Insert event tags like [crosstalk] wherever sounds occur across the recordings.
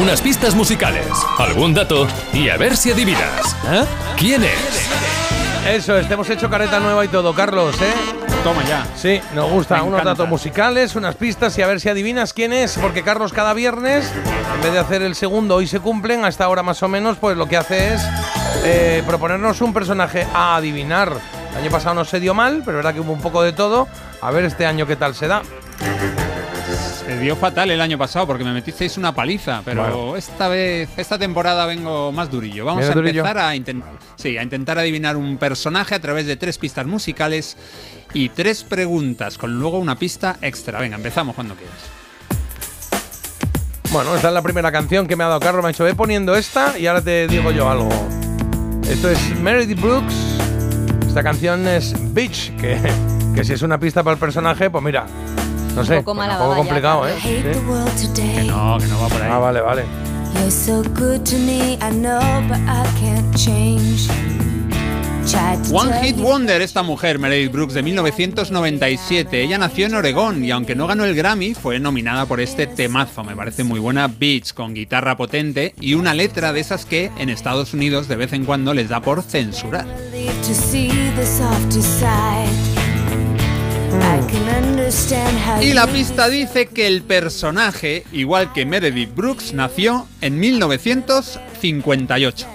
unas pistas musicales, algún dato y a ver si adivinas. ¿Eh? ¿Quién es? Eso es, te hemos hecho careta nueva y todo, Carlos, ¿eh? Toma ya. Sí, nos gusta. Me Unos encanta. datos musicales, unas pistas y a ver si adivinas quién es, porque Carlos cada viernes, en vez de hacer el segundo hoy se cumplen, hasta ahora más o menos, pues lo que hace es eh, proponernos un personaje a adivinar. El año pasado no se dio mal, pero es verdad que hubo un poco de todo. A ver este año qué tal se da. Se dio fatal el año pasado porque me metisteis una paliza, pero esta vez, esta temporada vengo más durillo. Vamos ¿Vienes a durillo? empezar a, inten- sí, a intentar adivinar un personaje a través de tres pistas musicales y tres preguntas, con luego una pista extra. Venga, empezamos cuando quieras. Bueno, esta es la primera canción que me ha dado Carlos. Me ha dicho, ve poniendo esta y ahora te digo yo algo. Esto es Meredith Brooks. Esta canción es Beach, que, que si es una pista para el personaje, pues mira, no sé, un poco pues mala tampoco baba ya, complicado, ¿eh? Carlos. Sí. Que no, que no va por ahí. Ah, vale, vale. You're so good to me, I know, but I can't change. Tried to One tell Hit you- Wonder, esta mujer, Meredith Brooks, de 1997. Ella nació en Oregón y aunque no ganó el Grammy, fue nominada por este temazo. Me parece muy buena, Beach, con guitarra potente y una letra de esas que en Estados Unidos de vez en cuando les da por censurar. Believe to see the softer side. I Mm. can understand how Y la you- pista dice que el personaje, igual que Meredith Brooks, nació en 1958.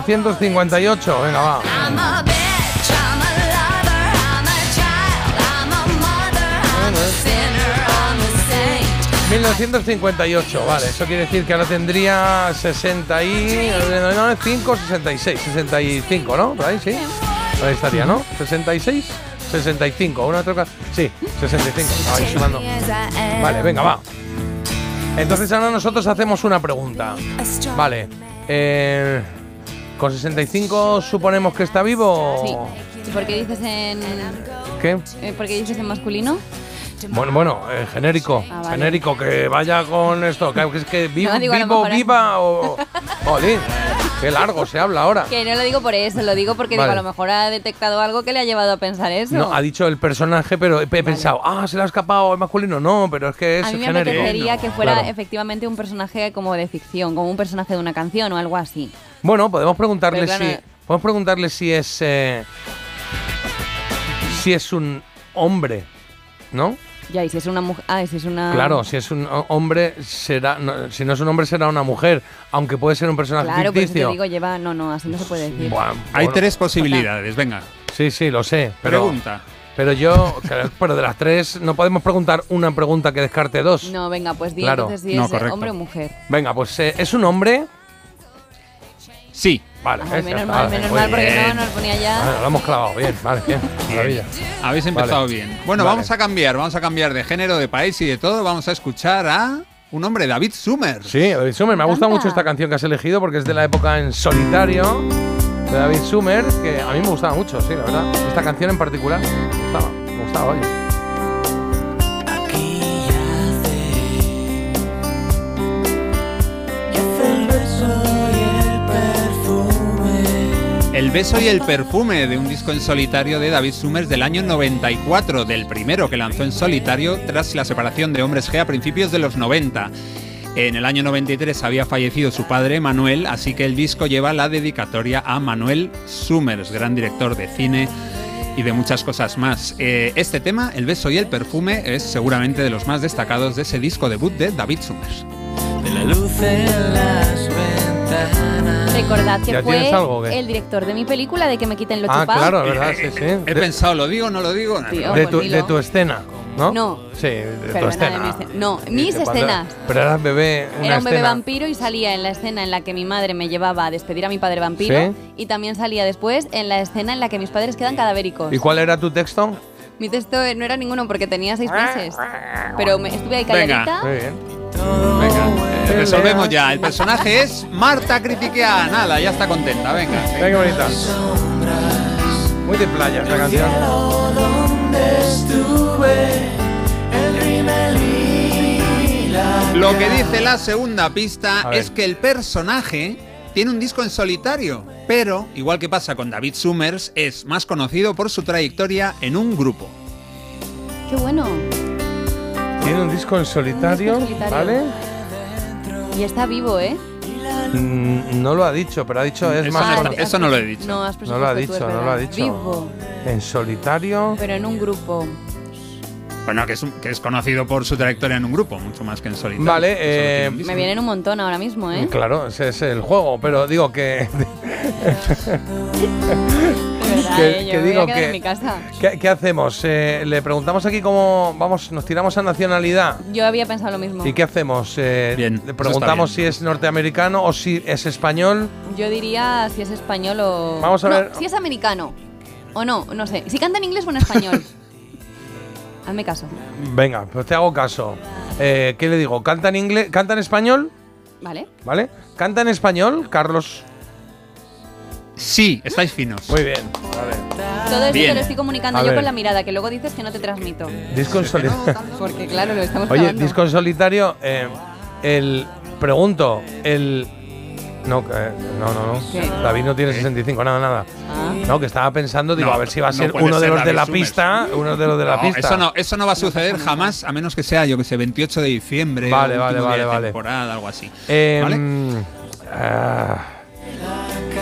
1958, venga, va. I'm a bitch, I'm a lover, I'm a child, I'm a mother, I'm a sinner, I'm a saint. 1958, vale. Eso quiere decir que ahora tendría 60 y... No, no, 5, 66, 65, ¿no? Por ahí, sí. Por ahí estaría, ¿no? 66, 65. Una troca... Sí, 65. Ahí sumando. As I am. Vale, venga, va. Entonces ahora nosotros hacemos una pregunta. Vale. eh, ¿Con 65 suponemos que está vivo? Sí. o ¿Y por qué dices en, ¿Qué? eh, por qué dices en masculino? Bueno, bueno, eh, genérico. Ah, vale. Genérico, que vaya con esto. Claro, que es que vi- [laughs] No, digo, a lo vivo, mejor- viva o. Jolín, qué largo se habla ahora. Que no lo digo por eso, lo digo porque digo, Vale. a lo mejor ha detectado algo que le ha llevado a pensar eso. No, ha dicho el personaje, pero he he pensado, ah, se le ha escapado el masculino. No, pero es que es a mí me genérico. apetecería que fuera Claro. efectivamente un personaje como de ficción, como un personaje de una canción o algo así. Bueno, podemos preguntarle Pero claro- si. Podemos preguntarle si es. eh, si es un hombre, ¿no? Ya, y si es una mujer. Ah, y si es una. Claro, si es un ho- hombre, será. no, si no es un hombre, será una mujer. Aunque puede ser un personaje Claro, por eso te ficticio. digo, lleva. No, no, así no se puede decir. Buah, Hay bueno, tres posibilidades, venga. Sí, sí, lo sé. Pero, Pregunta. Pero yo. claro, Pero de las tres, no podemos preguntar una pregunta que descarte dos. No, venga, pues di Claro. entonces si No, es correcto. hombre o mujer. Venga, pues eh, es un hombre. Sí. Vale, Ay, eh, ya menos está, mal, vale, menos muy mal, porque bien. no nos ponía ya. Vale, lo hemos clavado bien, vale, bien. Maravilla. Habéis Vale. empezado bien. Bueno, Vale. vamos a cambiar, vamos a cambiar de género, de país y de todo. Vamos a escuchar a un hombre, David Summers. Sí, David Summer. Me ha Me gustado encanta. mucho esta canción que has elegido porque es de la época en solitario de David Summer, que a mí me gustaba mucho, sí, la verdad. Esta canción en particular me gustaba, me gustaba, oye. El beso y el perfume de un disco en solitario de David Summers del año 94, del primero que lanzó en solitario tras la separación de Hombres G a principios de los 90. En el año 93 había fallecido su padre Manuel, así que el disco lleva la dedicatoria a Manuel Summers, gran director de cine y de muchas cosas más. Eh, este tema, El beso y el perfume, es seguramente de los más destacados de ese disco debut de David Summers. Recordad que Ah. ¿Ya fue tienes algo o qué? el director de mi película de que me quiten lo Ah, chupado. claro, es verdad, sí, sí. He De, pensado, ¿lo digo o no lo digo? Tío. de tu, pues dilo. de tu escena, ¿no? No. Sí, de tu Perdona, de mi escena. escena. No, Sí, mis de cuando- escenas. Pero eras bebé, una Era un bebé escena. vampiro y salía en la escena en la que mi madre me llevaba a despedir a mi padre vampiro Sí. y también salía después en la escena en la que mis padres quedan cadavéricos. ¿Y cuál era tu texto? Mi texto eh, no era ninguno porque tenía seis meses, pero me estuve ahí Venga. calladita. Muy bien. Venga, Oh, eh, resolvemos ya. El personaje es Marta Critiquea. Nada, ya está contenta. Venga. Mira qué bonita. Muy de playa esta canción. Lo que dice la segunda pista A ver. es que el personaje tiene un disco en solitario, pero, igual que pasa con David Summers, es más conocido por su trayectoria en un grupo. Qué bueno. Tiene un disco en solitario, solitario. ¿vale? Y está vivo, ¿eh? Mm, no lo ha dicho, pero ha dicho es Eso más no con- lo- eso no lo he dicho. No, has No lo ha presupuesto tú, dicho, es no verdad. lo ha dicho. Vivo, en solitario. pero en un grupo. Bueno, que es, un- que es conocido por su trayectoria en un grupo, mucho más que en solitario. Vale, Eso lo tiene eh, en disco. Me vienen un montón ahora mismo, ¿eh? Claro, ese es el juego, pero digo que [laughs] De verdad, que- ¿eh? Yo que me voy digo a quedar que- en mi casa. ¿qué, qué hacemos? Eh, le preguntamos aquí cómo vamos, nos tiramos a nacionalidad. Yo había pensado lo mismo. ¿Y qué hacemos? Eh, Bien, eso le está preguntamos si bien. es norteamericano o si es español. Yo diría si es español o. Vamos a No, ver. Si es americano. O no, no sé. Si canta en inglés o en español. [laughs] Hazme caso. Venga, pues te hago caso. Eh, ¿Qué le digo? ¿Canta en inglés? ¿Canta en español? ¿Vale? ¿Vale? ¿Canta en español, Carlos? Sí, estáis finos. Muy bien. Vale. Todo esto Bien. te lo estoy comunicando A yo ver. con la mirada, que luego dices que no te transmito. Disco en solitario. Porque claro, lo estamos Oye, grabando. disco en solitario. eh, el. Pregunto, el. No, eh, no, no, no. ¿Qué? David no tiene 65, nada, nada. Ah. No, que estaba pensando, digo, No, a ver si va a no ser puede uno de ser los de David la Summers. pista. Uno de los de la No, pista. eso no, eso no va a suceder jamás, a menos que sea, yo que sé, 28 de diciembre, Vale, el vale, último día vale, de vale. temporada, algo así. Eh, ¿Vale? mm, ah,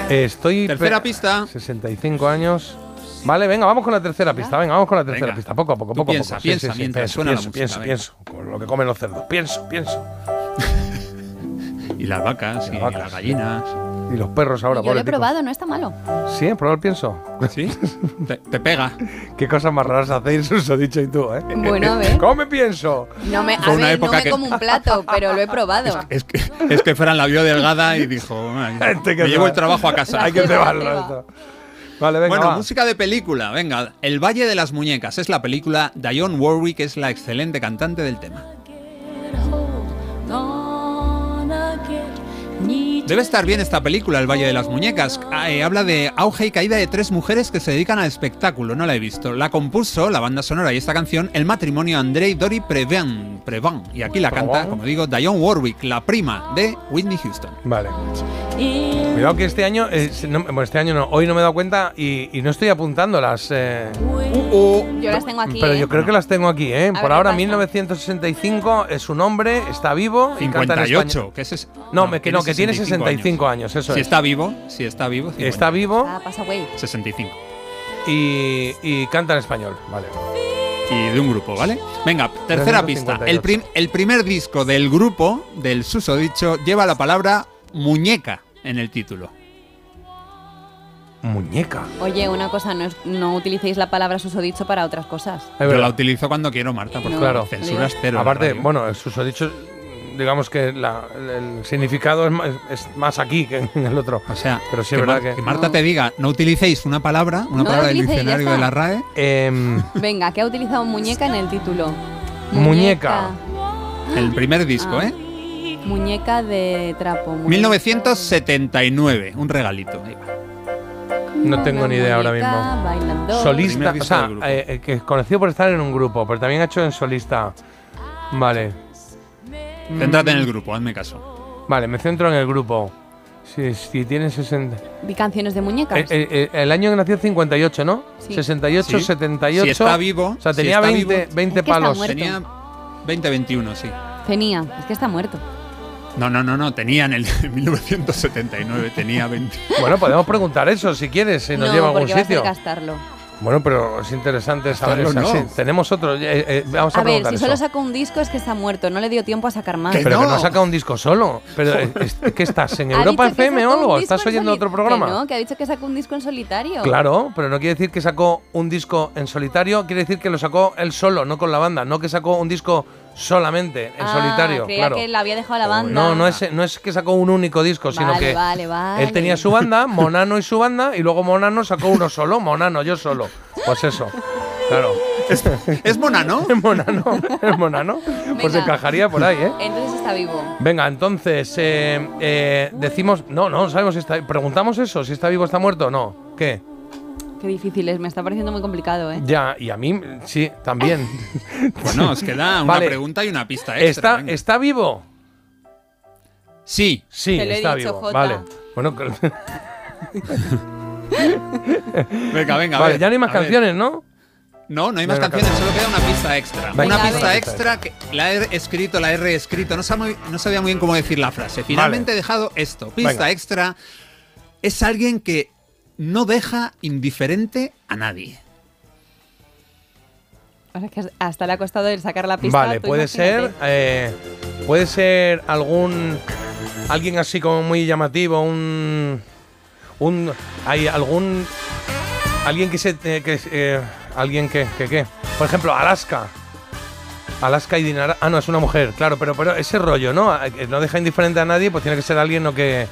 estoy. Tercera pe- pista. 65 años. Vale, venga, vamos con la tercera pista. Venga, vamos con la tercera Venga. pista. Poco a poco, Tú poco a piensa, poco. piensa mientras pienso, suena la pienso, pienso, música, pienso. Con lo que comen los cerdos. Pienso, pienso. Y las vacas, y, las vacas. las gallinas. Y los perros ahora, yo lo he pobretico. probado, no está malo. Sí, he probado el pienso. ¿Sí? te, te pega. Qué cosas más raras hacéis, [laughs] eso dicho y tú, ¿eh? Bueno, a ver. Come [laughs] pienso. No me, a Fue una ver, no época me que- como un plato, pero lo he [laughs] probado. Es que, es que Fran la vio delgada y dijo, "Ay, Gente Este que me se llevo va. el trabajo a casa. Hay que Arriba, cebarlo arriba. esto. Vale, venga. bueno, va. música de película, venga. El Valle de las Muñecas es la película. Dionne Warwick es la excelente cantante del tema. Debe estar bien esta película, El Valle de las Muñecas. Ah, eh, habla de auge y caída de tres mujeres que se dedican al espectáculo, no la he visto. La compuso, la banda sonora y esta canción, el matrimonio André y Dory Previn. Previn. Y aquí la canta, Previn. como digo, Dionne Warwick, la prima de Whitney Houston. Vale. Cuidado que este año, eh, se- no- bueno, este año no, hoy no me he dado cuenta y, y no estoy apuntando las. eh, oh. Yo las tengo aquí. pero ¿eh? yo creo que las tengo aquí, ¿eh? ver Por qué ahora, pasa. 1965 es su nombre, está vivo y canta en español. 58, que es ese- No, me- que no, que tiene 65 65 años, eso Si es. está vivo, si está vivo. 50. Está vivo Ah, pasa, güey. 65. y, y canta en español, vale. Y de un grupo, ¿vale? Venga, tercera pista. 358. El, prim- el primer disco del grupo, del susodicho, lleva la palabra muñeca en el título. Muñeca. Oye, una cosa, no, es- no utilicéis la palabra susodicho para otras cosas. Es Pero verdad. la utilizo cuando quiero, Marta, porque No, claro. censuras cero. Aparte, en la radio. bueno, el susodicho, digamos que la- el, el significado es más, es más aquí que en el otro. O sea, pero sí es que, verdad Mar- que- que Marta te diga, no utilicéis una palabra, una No palabra del utilicéis, ya diccionario de está. la RAE. Em, Venga, que ha utilizado muñeca en el título. Muñeca. El primer disco, Ah. ¿eh? Muñeca de trapo. muñeca- 1979, un regalito. ahí va. no tengo ni idea ahora mismo. Muñeca bailando. Solista, Primer o disco sea, del grupo. eh, eh, que es conocido por estar en un grupo, pero también ha hecho en solista. Vale, Céntrate en el grupo, hazme caso. vale, me centro en el grupo. Si, si tiene 60. Di canciones de muñecas. Eh, eh, eh, el año que nació 58, ¿no? Sí. 68, Sí. 78. Si está vivo, O sea, si tenía está 20, vivo. 20 Es que está palos. muerto. Tenía 20-21, sí. Tenía. Es que está muerto. No, no, no, no, tenía en el [laughs] 1979, tenía 20. Bueno, podemos preguntar eso si quieres, si nos lleva a algún porque sitio. vas a gastarlo. Bueno, pero es interesante saber Claro, eso. no. Sí, tenemos otro. eh, eh, vamos a, A, ver, preguntar si eso. solo saca un disco es que está muerto. No le dio tiempo a sacar más. Que Pero que no No. saca un disco solo. [laughs] Pero, eh, es- ¿Qué estás? ¿En Ha Europa dicho que FM o saca un algo? disco ¿Estás en oyendo soli- otro programa? Que no, que ha dicho que sacó un disco en solitario. Claro, pero no quiere decir que sacó un disco en solitario, quiere decir que lo sacó él solo, no con la banda, no que sacó un disco solamente en Ah, solitario, creía claro. que la había dejado la banda. No, no es, no es que sacó un único disco, sino Vale, que vale, vale. él tenía su [laughs] banda, Monano y su banda, y luego Monano sacó uno solo, Monano, yo solo. Pues eso, claro. [laughs] Es mona, ¿no? Monano, [laughs] Monano, pues Venga. encajaría por ahí, ¿eh? Entonces está vivo. Venga, entonces, eh, eh, decimos, no, no, sabemos si está, preguntamos eso, si está vivo, está muerto, no, ¿qué? Qué difícil es, me está pareciendo muy complicado, ¿eh? Ya, y a mí, sí, [laughs] también. Bueno, os queda una Vale. pregunta y una pista extra. ¿Está, venga. ¿Está vivo? Sí, Sí, Te lo he está dicho, vivo. Jota. Vale. Bueno, que- venga, venga. a vale, ver, ya no hay más a ver. canciones, ¿no? No, no hay No más hay una canciones, canción. solo queda una pista extra. Venga, a una ver. pista extra que la he escrito, la he reescrito, no sabía, no sabía muy bien cómo decir la frase. Finalmente Vale. he dejado esto. Pista Venga. extra es alguien que no deja indiferente a nadie. O sea, que hasta le ha costado el sacar la pista. Vale, tú puede ser. imagínate. eh, puede ser algún. Alguien así como muy llamativo, un. Un. Hay algún. Alguien que se. eh, que, eh, alguien que, que. que. Por ejemplo, Alaska. Alaska y Dinara. Ah, no, es una mujer, claro, pero, pero ese rollo, ¿no? A- que No deja indiferente a nadie, pues tiene que ser alguien ¿no? que,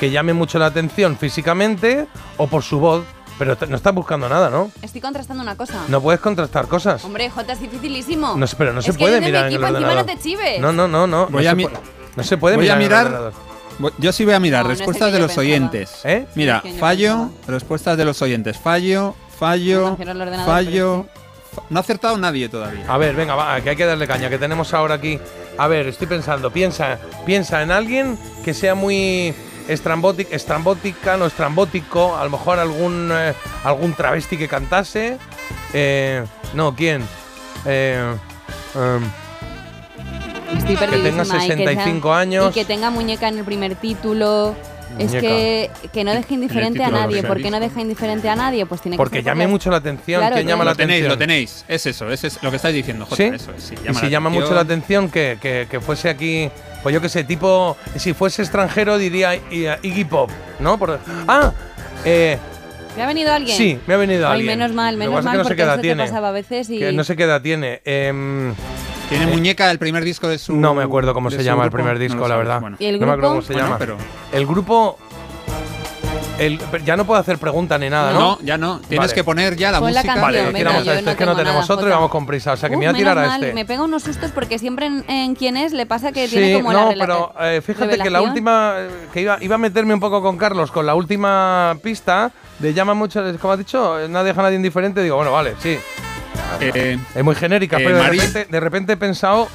que llame mucho la atención físicamente o por su voz. Pero t- no estás buscando nada, ¿no? Estoy contrastando una cosa. No puedes contrastar cosas. Hombre, Jota, es dificilísimo. No, se- pero no Es se que puede eres de mi mirar en el equipo, encima no ordenador. te chives. No, no, no, no. Voy no a se mi- puede- No se puede voy mirar. a en el mirar- ordenador. Bo- Yo sí voy a mirar No, no es el respuestas que de yo los pensaba. oyentes. ¿Eh? Mira, Sí, es que yo fallo, pensaba. respuestas de los oyentes. Fallo, fallo, Me refiero al ordenador, fallo. fa- No ha acertado nadie todavía. A ver, venga, va, que hay que darle caña, que tenemos ahora aquí. A ver, estoy pensando, piensa, piensa en alguien que sea muy estrambótica, estrambótica, no estrambótico, a lo mejor algún eh, algún travesti que cantase. Eh, no, ¿quién? Eh, em, Estoy perdidísima, tenga y sea- 65 años. Y que tenga muñeca en el primer título. Es Muñeca. que, que no deje indiferente a título de nadie. los ¿Por qué no realistas. deja indiferente a nadie? Pues tiene que porque ser llame porque- mucho la atención. Claro, ¿Quién claro. llama la Lo tenéis, atención? lo tenéis. Es eso, es, es lo que estáis diciendo, Jota. ¿Sí? Eso es, sí, y si llama mucho la atención que, que- que fuese aquí, pues yo qué sé, tipo, si fuese extranjero diría I- I- Iggy Pop, ¿no? Por- ah, eh, ¿Te ha venido alguien? sí, me ha venido Ay, alguien. menos mal, Lo que menos pasa es mal, que no sé porque qué es edad lo que tiene. pasaba a veces y- Que no sé qué edad tiene. Em, Tiene muñeca el primer disco de su. no me acuerdo cómo de se su llama el grupo? primer No lo disco, la sabes, verdad. bueno. ¿Y el No me acuerdo grupo? cómo se Bueno, llama. pero- El grupo. el- pero ya no puedo hacer pregunta ni nada, Ah, ¿no? No, ya no. Tienes Vale. que poner ya la Pon la música. canción, Vale, venga, tiramos yo a este, no es que no tengo tenemos nada, otro y Jota. vamos con prisa, o sea que Uh, me voy a tirar menos a mal, este. Me pega unos sustos porque siempre en, en quién es le pasa que Sí, tiene como la no, rela- pero eh, fíjate que la revelación. última eh, que iba, iba a meterme un poco con Carlos con la última pista de llama mucho, eh, como has dicho, eh, no deja a nadie indiferente. Digo, bueno, vale, sí, Eh, es muy genérica, Eh, pero de Mari- repente, de repente he pensado,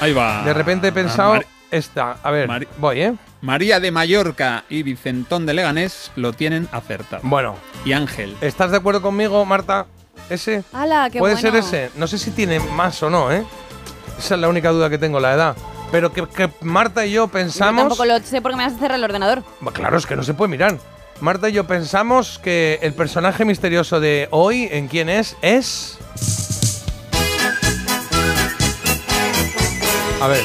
ahí va. de repente he Ah, pensado Mari- esta. A ver, Mari- voy, ¿eh? María de Mallorca y Vicentón de Leganés lo tienen acertado. Bueno, Y Ángel. ¿estás de acuerdo conmigo, Marta? Ese. ¡Hala, qué Puede bueno! ser ese. No sé si tiene más o no, ¿eh? Esa es la única duda que tengo, la edad. Pero que, que Marta y yo Yo pensamos. tampoco lo sé porque me vas a cerrar el ordenador. Bah, Claro, es que no se puede mirar. Marta y yo pensamos que el personaje misterioso de hoy, en quién es, es. A ver.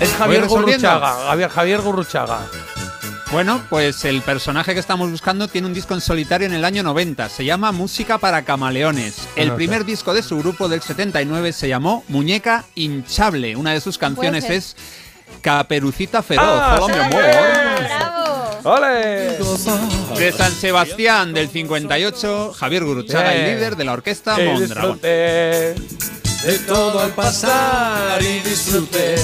Es Javier resolviendo? Gurruchaga. Javier, Javier Gurruchaga. Bueno, pues el personaje que estamos buscando tiene un disco en solitario en el año 90. Se llama Música para Camaleones. El Ajá. primer disco de su grupo del 79 se llamó Muñeca Hinchable. Una de sus canciones Puede es Caperucita Feroz. Ah, Hola, mi sí. amor. ¡Bravo! ¡Ole! De San Sebastián del 58, Javier Guruchaga, Bien. el líder de la orquesta Que Mondragón. disfrute de todo al pasar y disfrute.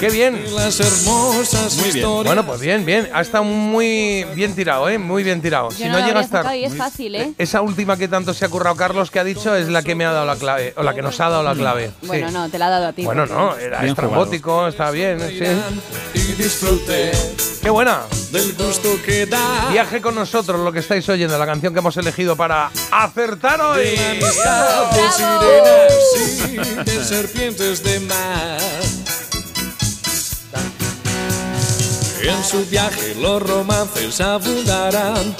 ¡Qué bien! Las hermosas Muy bien. historias. Bueno, pues bien, bien. Ha estado muy bien tirado, ¿eh? Muy bien tirado. Yo si no no, lo llega habría a estar. sacado y es fácil, ¿eh? Esa última que tanto se ha currado Carlos que ha dicho es la que me ha dado la clave, o la que nos ha dado la clave. Sí. Mm. Bueno, no, te la ha dado a ti. Bueno, no, eh. era Bien estrambótico, está bien. sí. Y disfrute ¡Qué buena! del gusto que da. Viaje con nosotros lo que estáis oyendo, la canción que hemos elegido para acertar hoy. De sirenas y de serpientes de mar. En su viaje los romances abundarán